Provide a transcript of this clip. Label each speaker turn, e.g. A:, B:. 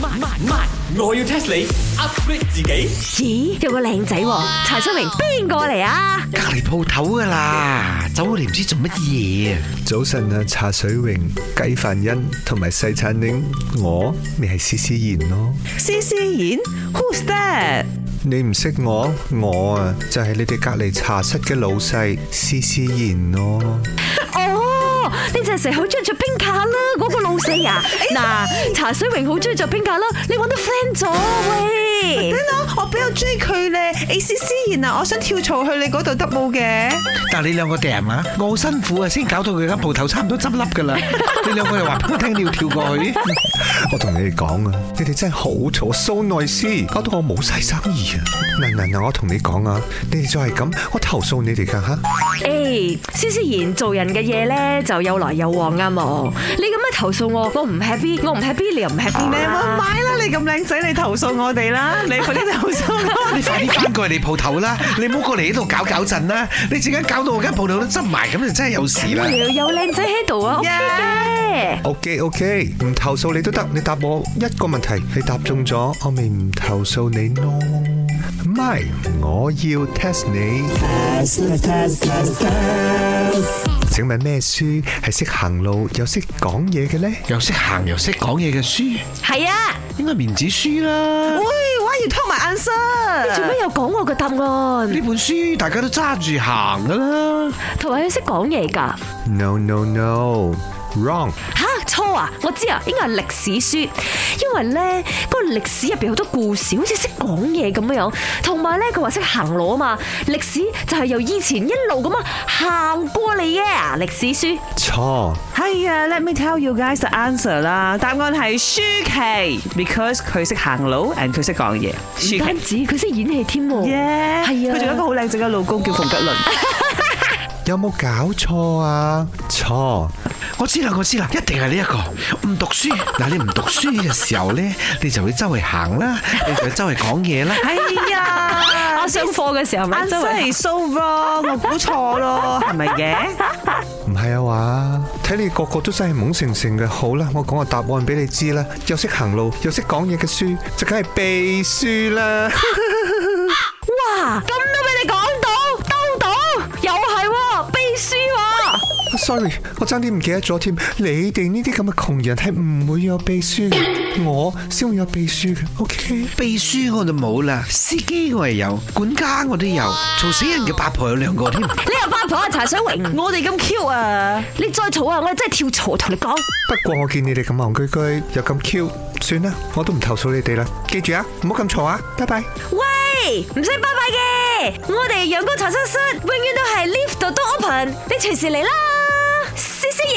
A: 慢慢我要 test 你 upgrade 自己。
B: 咦，有個靚仔喎，柴出明邊個嚟啊？
C: 隔離鋪頭噶啦，走嚟唔知做乜嘢啊！
D: 早晨啊，茶水榮、雞飯欣同埋細餐玲，我你係思思然咯。
E: 思思燕，Who's that？
D: 你唔識我，我啊就係你哋隔離茶室嘅老細思思然咯。
B: 哦，你就係成日好中意着冰架啦，嗰個老死啊！嗱，茶水榮好中意着冰架啦，你揾到 friend 咗喂
E: 等？我，我比較中意佢咧。誒，思思燕啊，我想跳槽去你嗰度得冇嘅？
C: 但係你兩個掟啊，我好辛苦啊，先搞到佢間鋪頭差唔多執笠噶 啦。你兩個又話俾我聽你要跳過去，
D: 我同你哋講啊，你哋真係好嘈，so noisy，搞到我冇晒生意啊！嗱嗱嗱，我同你講啊，你哋再係咁，我投訴你哋㗎吓。
B: 誒，哎思思然做人嘅嘢咧就有來有往啱冇？你咁樣投訴我，我唔 happy，我唔 happy，你又唔 happy
E: 你有冇
B: 啦？
E: 買啦？你咁靚仔，你投訴我哋啦！你快啲投訴我
C: 你快啲翻過去你鋪頭啦，你唔好過嚟呢度搞搞震啦，你陣間搞到我間鋪頭都執埋，咁就真係有事啦。
B: 又有靚仔喺度啊，OK 嘅。
D: OK OK，唔投訴你都得，你答我一個問題，你答中咗，我咪唔投訴你咯。唔係，我要 test 你。請問咩書係識行路又識講嘢嘅呢？
C: 又識行又識講嘢嘅書，
B: 係啊，
C: 應該面子書啦。
E: 喂，why you talk my answer？
B: 做咩又講我個答案？
C: 呢本書大家都揸住行噶啦，
B: 同埋佢識講嘢㗎。
D: No no no wrong，
B: 吓錯啊！我知啊，應該係歷史書，因為咧嗰個歷史入邊好多故事，好似識講嘢咁樣樣，同埋咧佢話識行路啊嘛。歷史就係由以前一路咁樣行過嚟嘅歷 史書。
D: 錯
E: 係啊，Let me tell you guys the answer 啦。答案係舒淇，because 佢識行路，and 佢識講嘢。
B: 唔
E: 舒淇
B: 單止佢識演戲添喎，
E: ，yeah，
B: 係啊
E: 佢仲有一個好靚仔嘅老公叫馮德倫。
D: 有冇搞錯啊？錯
C: 我知啦，我知啦，一定係呢一個唔讀書。 嗱，你唔讀書嘅時候咧，你就會周圍行啦，你就會周圍講嘢啦。
E: 係 啊
B: 我上課嘅時候咪周
E: answer
B: 圍
E: is so wrong，我估錯咯，係咪嘅？
D: 唔係啊話，睇你個個都真係懵成成嘅。好啦，我講個答案俾你知啦，又識行路又識講嘢嘅書，就梗係秘書啦。
B: 哇，咁都俾你講到兜到，又係喎秘書喎。
D: Sorry，我爭啲唔記得咗添。你哋呢啲咁嘅窮人係唔會有秘書嘅，我先會有秘書嘅。OK，
C: 秘書我就冇啦，司機我係有，管家我都有，嘈死人嘅八婆有兩個添。
B: 你又八婆啊茶水榮，
E: 我哋咁 cute 啊！
B: 你再嘈啊，我真係跳槽同你講。
D: 不過我見你哋咁戇居居又咁 Q，算啦，我都唔投訴你哋啦。記住啊，唔好咁嘈啊，拜拜。
B: 喂，唔使拜拜嘅，我哋陽光茶餐室永遠都係 lift 度都 open，你隨時嚟啦，思思